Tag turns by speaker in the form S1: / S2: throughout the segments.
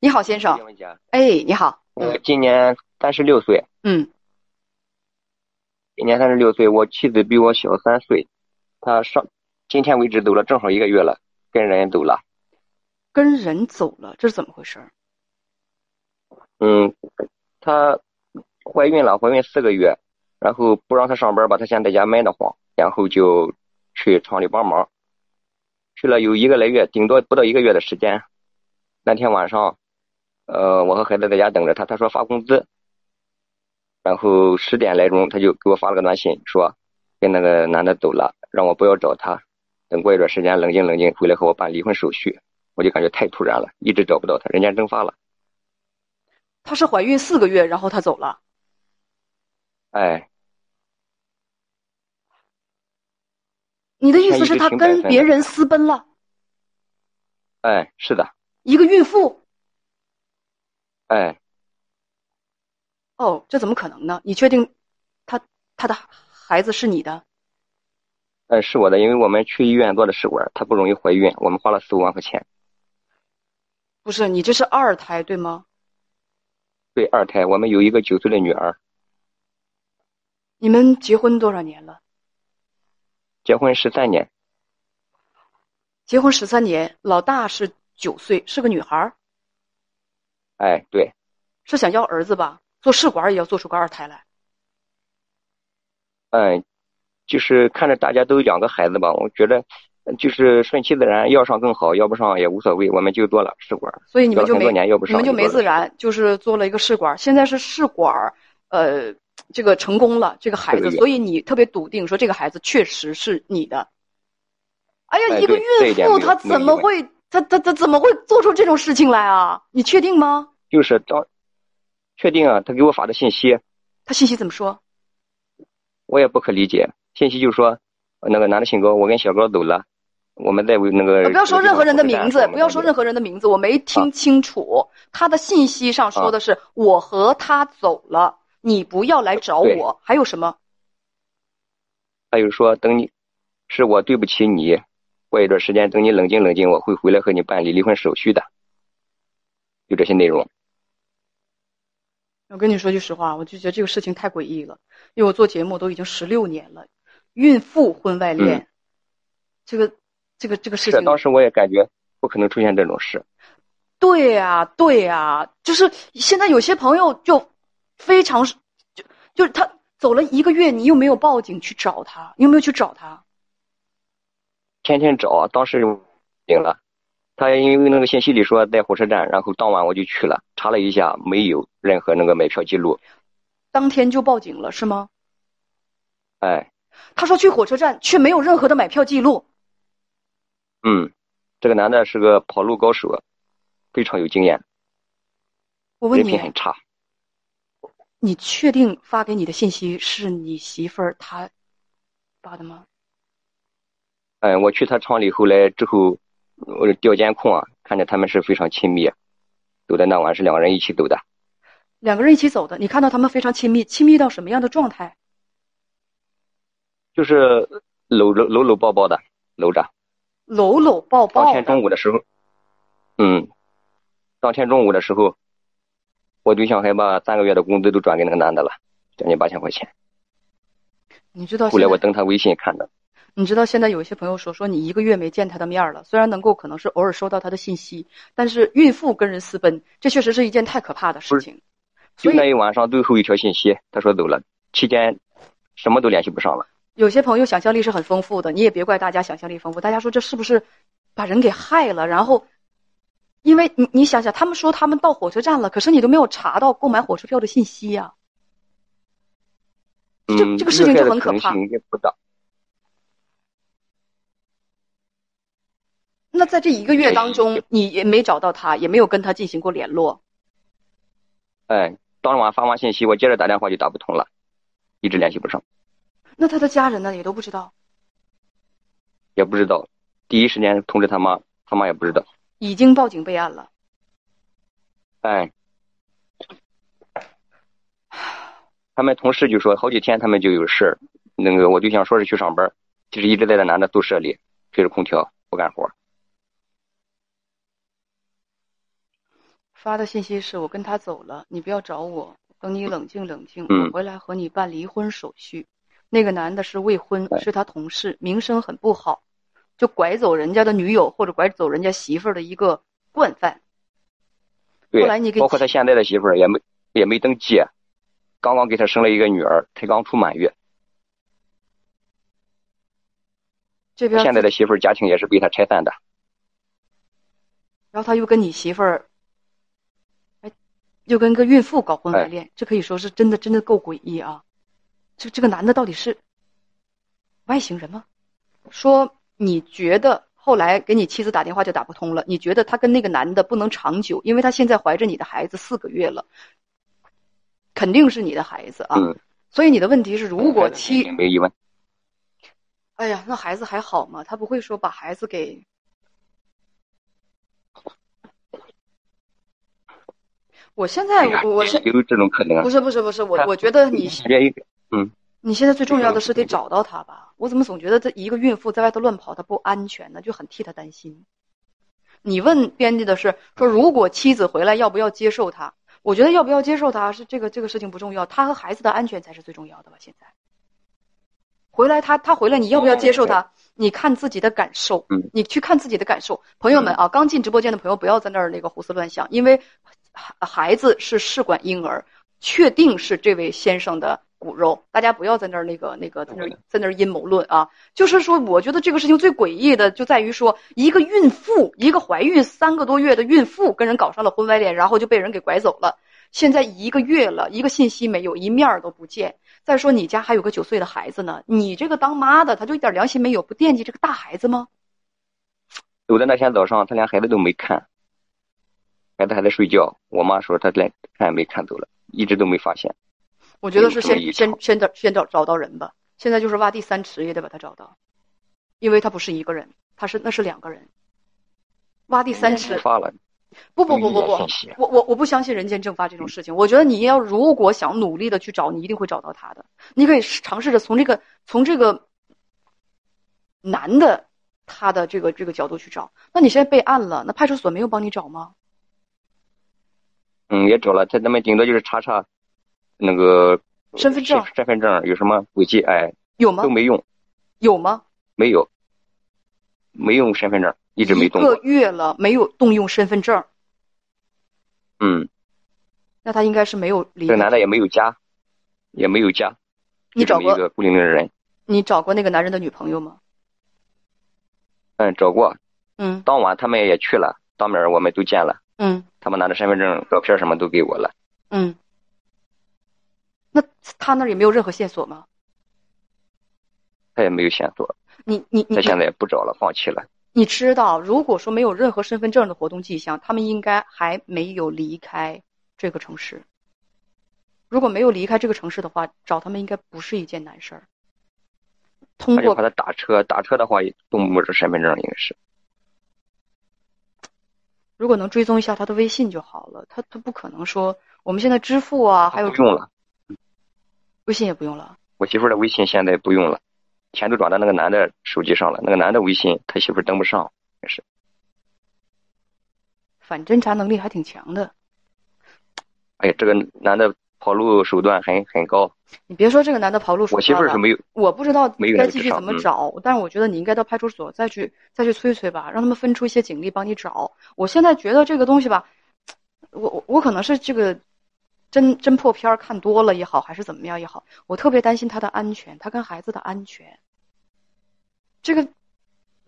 S1: 你好，先生
S2: 请。问一下，
S1: 哎，你好。
S2: 呃，今年三十六岁，
S1: 嗯
S2: 今年三十六岁，我妻子比我小三岁，她上今天为止走了正好一个月了，跟人走了。
S1: 跟人走了，这是怎么回事儿？
S2: 嗯，她怀孕了，怀孕四个月，然后不让她上班吧，她现在在家闷得慌，然后就去厂里帮忙，去了有一个来月，顶多不到一个月的时间。那天晚上，呃，我和孩子在家等着她，她说发工资，然后十点来钟，她就给我发了个短信，说跟那个男的走了，让我不要找他，等过一段时间冷静冷静，回来和我办离婚手续。我就感觉太突然了，一直找不到他，人间蒸发了。
S1: 她是怀孕四个月，然后她走了。
S2: 哎，
S1: 你的意思是她
S2: 她一直挺感
S1: 跟
S2: 叹的
S1: 别人私奔了？
S2: 哎，是的，
S1: 一个孕妇？
S2: 哎，
S1: 哦，这怎么可能呢？你确定她她的孩子是你的？
S2: 哎，是我的，因为我们去医院做的试管，她不容易怀孕，我们花了四五万块钱。
S1: 不是，你这是二胎对吗？
S2: 对，二胎，我们有一个九岁的女儿，
S1: 你们结婚多少年了？
S2: 结婚十三年，
S1: 结婚十三年，老大是九岁，是个女孩儿，
S2: 哎，对，
S1: 是想要儿子吧？做试管也要做出个二胎来。
S2: 嗯，就是看着大家都有两个孩子吧，我觉得呃就是顺其自然，要上更好，要不上也无所谓，我们就做了试管。
S1: 所以你们就
S2: 要了很
S1: 没
S2: 多年要不
S1: 你
S2: 上
S1: 们就没
S2: 做了
S1: 自然，就是做了一个试管儿。现在是试管儿，呃，这个成功了，这个孩
S2: 这
S1: 子，
S2: 个月
S1: 所以你特别笃定说这个孩子确实是你的。哎呀，
S2: 哎
S1: 一个
S2: 对这
S1: 孕
S2: 一点
S1: 妇
S2: 没有
S1: 她
S2: 没有
S1: 怎么
S2: 意外
S1: 会，她她她怎么会做出这种事情来啊？你确定吗？
S2: 就是当确定啊，她给我发的信息，
S1: 她信息怎么说？
S2: 我也不可理解。信息就说那个男的姓高，我跟小高走了，我们在为那个
S1: 呃不要说任何人的名字，不要说任
S2: 何
S1: 何人的名字，我
S2: 啊
S1: 没听清楚。他的信息上说的是我和他走了，你不要来找
S2: 对
S1: 我。还有什么？
S2: 他就说等你，是我对不起你，过一段时间等你冷静冷静，我会回来和你办理离婚手续的，就这些内容。
S1: 我跟你说句实话，我就觉得这个事情太诡异了，因为我做节目都已经十六年了，孕妇婚外恋，这个这个这个事
S2: 嗯是啊
S1: 情，
S2: 当时我也感觉不可能出现这种事。
S1: 对呀、对呀、就是现在有些朋友就非常是就就是他走了一个月，你又没有报警去找他，你有没有去找他？
S2: 天天找，啊当时领了。他因为那个信息里说在火车站，然后当晚我就去了，查了一下，没有任何那个买票记录。
S1: 当天就报警了是吗？
S2: 哎，
S1: 他说去火车站，却没有任何的买票记录。
S2: 嗯，这个男的是个跑路高手，非常有经验，
S1: 我问
S2: 人
S1: 你
S2: 品，很差。
S1: 你确定发给你的信息是你媳妇儿她发的吗？
S2: 嗯，我去他厂里，后来之后，我调监控啊，看见他们是非常亲密，走的那晚是两个人一起走的，
S1: 两个人一起走的，你看到他们非常亲密，亲密到什么样的状态？
S2: 就是搂着搂搂抱抱的搂着。
S1: 搂搂抱
S2: 当
S1: 抱
S2: 天
S1: 的，
S2: 中午的时候，嗯，当天中午的时候，我对象还把三个月的工资都转给那个男的了，将近八千块钱。
S1: 你知道
S2: 后
S1: 现
S2: 来我
S1: 在，
S2: 登他微信看的，
S1: 你知道现在有一些朋友说，说你一个月没见他的面儿了，虽然能够可能是偶尔收到他的信息，但是孕妇跟人私奔，这确实是一件太可怕的事情。
S2: 就
S1: 所
S2: 那
S1: 以
S2: 一晚上最后一条信息，他说走了，期间什么都联系不上了。
S1: 有些朋友想象力是很丰富的，你也别怪大家想象力丰富。大家说这是不是把人给害了？然后，因为你你想想，他们说他们到火车站了，可是你都没有查到购买火车票的信息呀、这
S2: 嗯，
S1: 这个事情
S2: 遇害
S1: 就
S2: 的
S1: 很可
S2: 能
S1: 怕
S2: 性应该不大。
S1: 那在这一个月当中，你也没找到他，也没有跟他进行过联络。
S2: 哎，当晚发完信息，我接着打电话就打不通了，一直联系不上，
S1: 那他的家人呢，也都不知道，
S2: 也不知道，第一时间通知他妈，他妈也不知道。
S1: 已经报警备案了。
S2: 哎，他们同事就说好几天他们就有事儿。那个我对象说是去上班，其实一直在那男的宿舍里吹着空调不干活。
S1: 发的信息是我跟他走了，你不要找我，等你冷静冷静，
S2: 嗯
S1: 我回来和你办离婚手续。那个男的是未婚，
S2: 对
S1: 是他同事，名声很不好，就拐走人家的女友或者拐走人家媳妇儿的一个惯犯。
S2: 对，
S1: 后来你给
S2: 包括他现在的媳妇儿也没也没登记，刚刚给他生了一个女儿，才刚出满月。
S1: 这边
S2: 现在
S1: 自
S2: 的媳妇儿家庭也是被他拆散的。
S1: 然后他又跟你媳妇儿，哎，又跟个孕妇搞婚外恋，这可以说是真的真的够诡异啊！这这个男的到底是外星人吗？说你觉得后来给你妻子打电话就打不通了，你觉得他跟那个男的不能长久，因为他现在怀着你的孩子四个月了，肯定是你的孩子啊。
S2: 嗯，
S1: 所以你的问题是，如果
S2: 妻
S1: 妻
S2: 没疑问，
S1: 哎呀，那孩子还好吗？他不会说把孩子给。我现在，我我是
S2: 有哎这种可能啊
S1: 不。是不是不是我
S2: 他
S1: 我觉得你
S2: 这一个
S1: 你现在最重要的是得找到他吧？我怎么总觉得这一个孕妇在外头乱跑，她不安全呢？就很替她担心。你问编辑的是说，如果妻子回来要不要接受他？我觉得要不要接受他是这个这个事情不重要，他和孩子的安全才是最重要的吧？现在回来他他回来你要不要接受他？你看自己的感受
S2: 嗯，
S1: 你去看自己的感受。朋友们啊，刚进直播间的朋友不要在那儿那个胡思乱想，因为孩孩子是试管婴儿，确定是这位先生的骨肉，大家不要在那儿那个那个在那儿在那儿阴谋论啊！就是说，我觉得这个事情最诡异的就在于说，一个孕妇，一个怀孕三个多月的孕妇跟人搞上了婚外恋，然后就被人给拐走了。现在一个月了，一个信息没有，一面儿都不见。再说你家还有个九岁的孩子呢，你这个当妈的，他就一点良心没有，不惦记这个大孩子吗？
S2: 有的那天早上，他连孩子都没看，孩子还在睡觉。我妈说他连看也没看走了，一直都没发现。
S1: 我觉得是
S2: 有这么
S1: 先
S2: 一
S1: 先
S2: 条
S1: 先找先找找到人吧。现在就是挖地三尺也得把他找到，因为他不是一个人，他是那是两个人。挖地三尺
S2: 事，发了，嗯
S1: 不不不不
S2: 不一
S1: 不
S2: 点信息，
S1: 我我我不相信人间蒸发这种事情。我觉得你要如果想努力的去找，你一定会找到他的。你可以试尝试着从这个从这个男的他的这个这个角度去找。那你现在备案了，那派出所没有帮你找吗？
S2: 嗯，也找了，他他们顶多就是查查那个
S1: 身份证
S2: 身份证有什么轨迹，哎，
S1: 有吗
S2: 都？没用，
S1: 有吗？
S2: 没有，没用身份证，一直没动
S1: 个
S2: 过。
S1: 月了没有动用身份证，
S2: 嗯，
S1: 那他应该是没有离
S2: 这
S1: 开。
S2: 个男的也没有家，也没有家，
S1: 你
S2: 就这
S1: 找
S2: 么一
S1: 过
S2: 个孤零零的人。
S1: 你找过那个男人的女朋友吗？
S2: 嗯，找过，
S1: 嗯
S2: 当晚他们也去了，当面我们都见了，
S1: 嗯
S2: 他们拿着身份证、照片什么都给我了。
S1: 嗯。那他那儿也没有任何线索吗？
S2: 他也没有线索，
S1: 你你你
S2: 他现在也不找了，放弃了。
S1: 你知道，如果说没有任何身份证的活动迹象，他们应该还没有离开这个城市。如果没有离开这个城市的话，找他们应该不是一件难事儿。通
S2: 他就
S1: 过
S2: 怕他打车，打车的话也动不着身份证，应该是。
S1: 如果能追踪一下他的微信就好了，他他不可能说我们现在支付啊，还有
S2: 不用了，
S1: 微信也不用了。
S2: 我媳妇儿的微信现在不用了，钱都转到那个男的手机上了。那个男的微信他媳妇儿登不上，
S1: 反侦查能力还挺强的。
S2: 哎呀，这个男的跑路手段很很高。
S1: 你别说这个男的跑路手
S2: 我媳妇
S1: 段
S2: 儿是
S1: 了，
S2: 没有，
S1: 我不知道
S2: 没有那
S1: 该
S2: 个
S1: 继
S2: 智
S1: 续
S2: 商
S1: 怎么
S2: 嗯
S1: 找，但是我觉得你应该到派出所再去再去催催吧，让他们分出一些警力帮你找。我现在觉得这个东西吧，我我我可能是这个侦侦破片儿看多了也好，还是怎么样也好，我特别担心他的安全，他跟孩子的安全。这个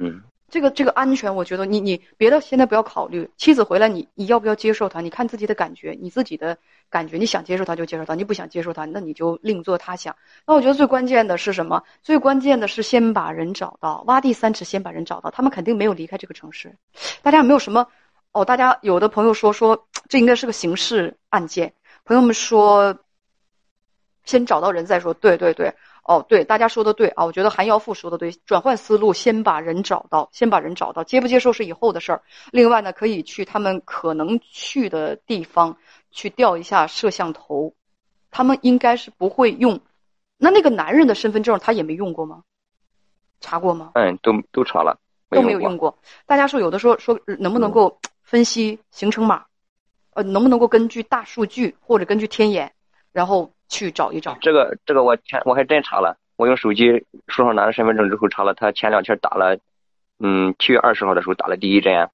S2: 嗯，
S1: 这个这个安全，我觉得你你别的现在不要考虑，妻子回来你你要不要接受她？你看自己的感觉，你自己的感觉，你想接受她就接受她，你不想接受她，那你就另作他想。那我觉得最关键的是什么？最关键的是先把人找到，挖地三尺先把人找到。他们肯定没有离开这个城市。大家有没有什么？哦，大家有的朋友说说这应该是个刑事案件，朋友们说先找到人再说。对对对，哦，对，大家说的对啊，我觉得韩耀富说的对，转换思路，先把人找到，先把人找到，接不接受是以后的事儿。另外呢，可以去他们可能去的地方去调一下摄像头，他们应该是不会用。那那个男人的身份证他也没用过吗？查过吗？
S2: 嗯，都都查了，
S1: 都没有
S2: 过嗯
S1: 用过。大家说有的说说能不能够分析行程码，呃，能不能够根据大数据或者根据天眼，然后去找一找？
S2: 这个这个我前我还真查了，我用手机手上拿着身份证之后查了，他前两天打了，嗯，七月二十号的时候打了第一针，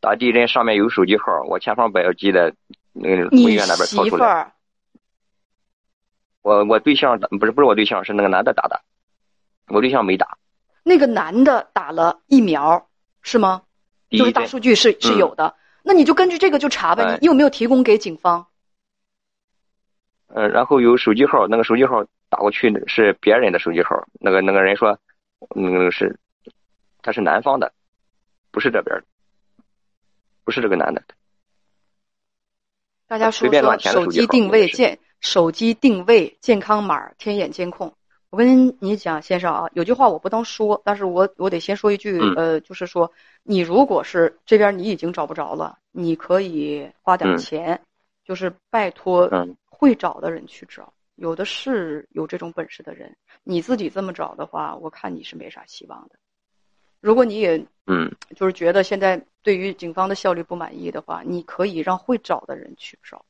S2: 打第一针上面有手机号，我前方把要记的那个医
S1: 你
S2: 院那边掏
S1: 媳妇
S2: 出来。
S1: 儿
S2: 我我对象打不是不是我对象，是那个男的打的，我对象没打
S1: 那个男的打了疫苗是吗？
S2: 第
S1: 就是
S2: 一
S1: 大
S2: 针。
S1: 数据是是
S2: 嗯
S1: 有的，那你就根据这个就查呗。
S2: 哎
S1: 你你有没有提供给警方？
S2: 嗯，然后有手机号，那个手机号打过去是别人的手机号，那个那个人说，嗯是，他是南方的，不是这边的，不是这个男的，
S1: 大家
S2: 啊随
S1: 说
S2: 便
S1: 说
S2: 乱填的
S1: 手
S2: 手机
S1: 机
S2: 号
S1: 定位
S2: 也是
S1: 健手机定位健康码天眼监控。我跟你讲，先生啊，有句话我不能说，但是我我得先说一句，
S2: 嗯
S1: 呃，就是说，你如果是这边你已经找不着了，你可以花点
S2: 嗯
S1: 钱，就是拜托
S2: 嗯
S1: 会找的人去找，有的是有这种本事的人。你自己这么找的话，我看你是没啥希望的。如果你也
S2: 嗯
S1: 就是觉得现在对于警方的效率不满意的话，你可以让会找的人去找，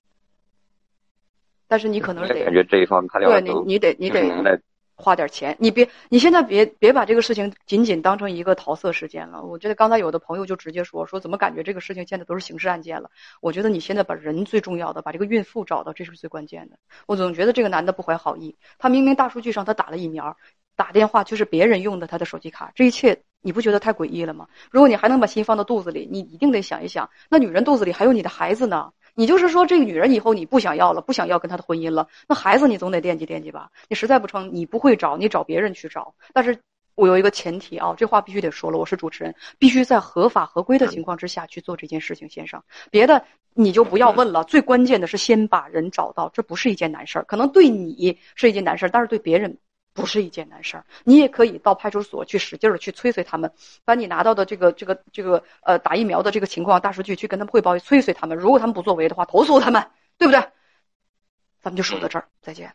S1: 但是你可能
S2: 那
S1: 得
S2: 感觉这一方面他俩
S1: 对你
S2: 都
S1: 你得你
S2: 这个男
S1: 得
S2: 的，
S1: 花点钱，你别你现在别别把这个事情仅仅当成一个桃色事件了。我觉得刚才有的朋友就直接说说怎么感觉这个事情现在都是刑事案件了？我觉得你现在把人最重要的，把这个孕妇找到，这是最关键的。我总觉得这个男的不怀好意，他明明大数据上他打了疫苗，打电话却是别人用的他的手机卡，这一切你不觉得太诡异了吗？如果你还能把心放到肚子里，你一定得想一想，那女人肚子里还有你的孩子呢。你就是说，这个女人以后你不想要了，不想要跟她的婚姻了，那孩子你总得惦记惦记吧？你实在不成，你不会找，你找别人去找。但是我有一个前提啊，这话必须得说了，我是主持人，必须在合法合规的情况之下去做这件事情，先生。别的你就不要问了，最关键的是先把人找到，这不是一件难事儿。可能对你是一件难事儿，但是对别人不是一件难事儿。你也可以到派出所去使劲儿的去催催他们，把你拿到的这个这个这个呃打疫苗的这个情况大数据去跟他们汇报，催催他们。如果他们不作为的话，投诉他们，对不对？咱们就说到这儿，再见。